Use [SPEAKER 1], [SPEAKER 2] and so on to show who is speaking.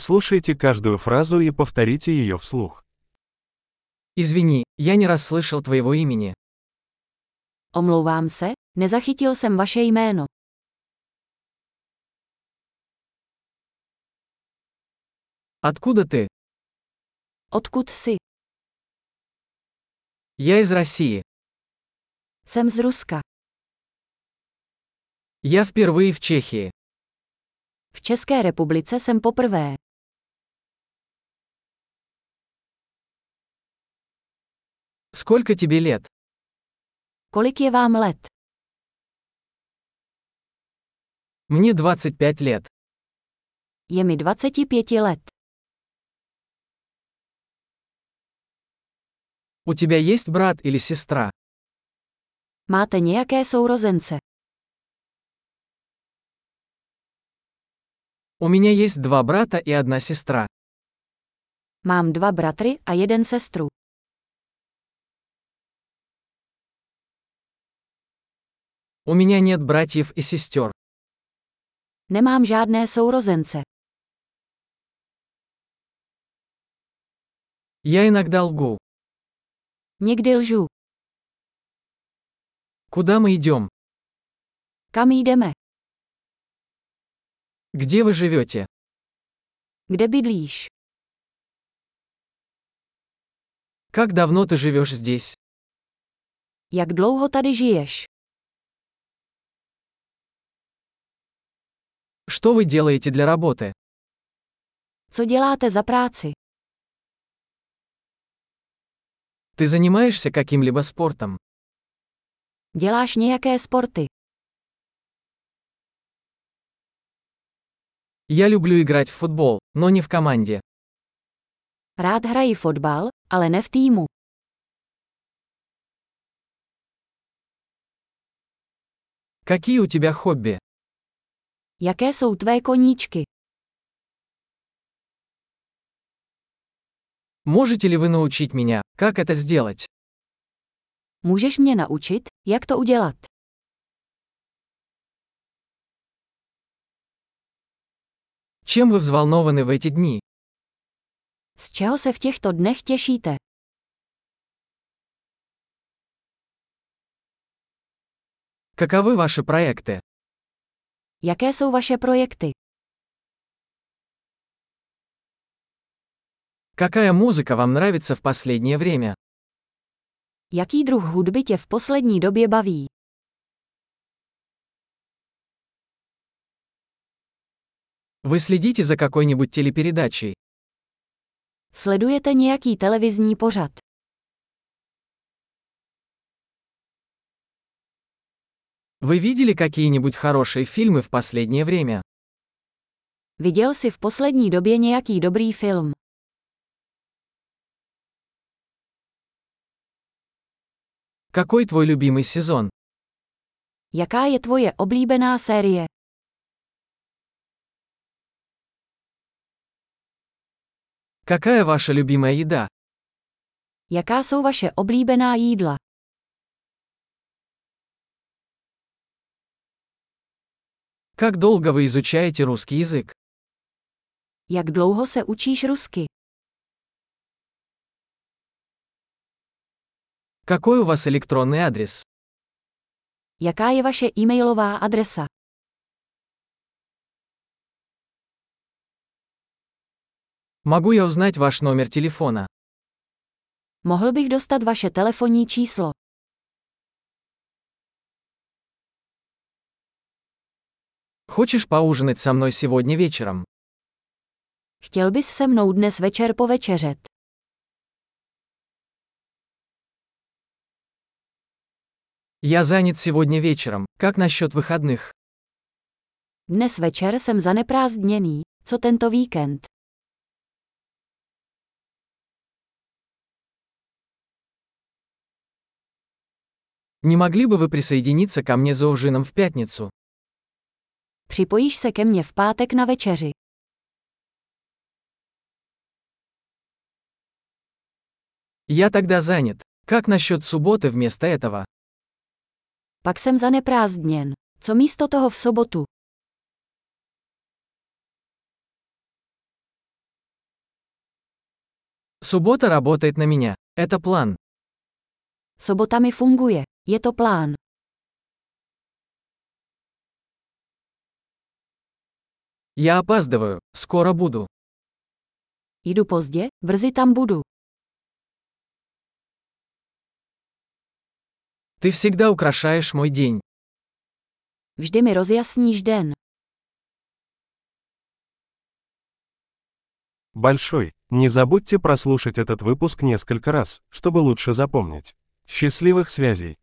[SPEAKER 1] Прослушайте каждую фразу и повторите ее вслух.
[SPEAKER 2] Извини, я не расслышал твоего имени.
[SPEAKER 3] Omlouvám se, nezachytil jsem vaše jméno.
[SPEAKER 2] Откуда ты?
[SPEAKER 3] Odkud jsi?
[SPEAKER 2] Я из России.
[SPEAKER 3] Jsem z Ruska.
[SPEAKER 2] Я впервые в Чехии.
[SPEAKER 3] V České republice jsem poprvé.
[SPEAKER 2] Сколько тебе лет?
[SPEAKER 3] Kolik je vám let?
[SPEAKER 2] Мне 25 лет.
[SPEAKER 3] Je mi 25 let.
[SPEAKER 2] У тебя есть брат или сестра?
[SPEAKER 3] Máte nějaké sourozence?
[SPEAKER 2] У меня есть два брата и одна сестра.
[SPEAKER 3] Mám dva bratry a jeden sestru.
[SPEAKER 2] У меня нет братьев и сестер.
[SPEAKER 3] Nemám žádné sourozence.
[SPEAKER 2] Я иногда лгу.
[SPEAKER 3] Někdy lžu.
[SPEAKER 2] Куда мы идем?
[SPEAKER 3] Kam jdeme?
[SPEAKER 2] Где вы живете?
[SPEAKER 3] Kde bydlíš?
[SPEAKER 2] Как давно ты живешь здесь?
[SPEAKER 3] Jak dlouho tady žiješ?
[SPEAKER 2] Что вы делаете для работы?
[SPEAKER 3] Co děláte za práci?
[SPEAKER 2] Ты занимаешься каким-либо спортом?
[SPEAKER 3] Děláš nějaké sporty?
[SPEAKER 2] Я люблю играть в футбол, но не в команде.
[SPEAKER 3] Rád hraji fotbal, ale ne v týmu.
[SPEAKER 2] Какие у тебя хобби?
[SPEAKER 3] Jaké jsou tvé koníčky?
[SPEAKER 2] Можете ли вы научить меня, как это сделать?
[SPEAKER 3] Můžeš mě naučit, jak to udělat?
[SPEAKER 2] Чем вы взволнованы в эти дни?
[SPEAKER 3] Z čeho se v těchto dnech těšíte?
[SPEAKER 2] Каковы ваши проекты?
[SPEAKER 3] Jaké jsou vaše projekty?
[SPEAKER 2] Какая музыка вам нравится в последнее время?
[SPEAKER 3] Jaký druh hudby tě v poslední době baví?
[SPEAKER 2] Вы следите за какой-нибудь телепередачей?
[SPEAKER 3] Sledujete nějaký televizní pořad?
[SPEAKER 2] Вы видели какие-нибудь хорошие фильмы в последнее время?
[SPEAKER 3] Viděl jsi v poslední době nějaký dobrý film?
[SPEAKER 2] Какой твой любимый сезон?
[SPEAKER 3] Jaká je tvoje oblíbená série?
[SPEAKER 2] Какая ваша любимая еда?
[SPEAKER 3] Jaká jsou vaše oblíbená jídla?
[SPEAKER 2] Как долго вы изучаете русский язык?
[SPEAKER 3] Jak dlouho se učíš rusky?
[SPEAKER 2] Какой у вас электронный адрес?
[SPEAKER 3] Jaká je vaše e-mailová adresa?
[SPEAKER 2] Могу я узнать ваш номер телефона?
[SPEAKER 3] Mohl bych dostat vaše telefonní číslo.
[SPEAKER 2] Хочешь поужинать со мной сегодня вечером?
[SPEAKER 3] Chtěl bys se mnou dnes večer povečeřet?
[SPEAKER 2] Я занят сегодня вечером. Как насчет выходных?
[SPEAKER 3] Dnes večer jsem zaneprázdněný, co tento víkend?
[SPEAKER 2] Не могли бы вы присоединиться ко мне за ужином в пятницу?
[SPEAKER 3] Připojíš se ke mně v pátek na večeři.
[SPEAKER 2] Я тогда занят. Как насчет субботы вместо этого?
[SPEAKER 3] Pak jsem zaneprázdněn. Co místo toho v sobotu?
[SPEAKER 2] Суббота работает на меня. Это план.
[SPEAKER 3] Sobota mi funguje. Je to plán.
[SPEAKER 2] Я опаздываю. Скоро буду.
[SPEAKER 3] Jdu pozdě, brzy tam budu.
[SPEAKER 2] Ты всегда украшаешь мой день.
[SPEAKER 3] Vždy mi rozjasníš den.
[SPEAKER 1] Большой. Не забудьте прослушать этот выпуск несколько раз, чтобы лучше запомнить. Счастливых связей!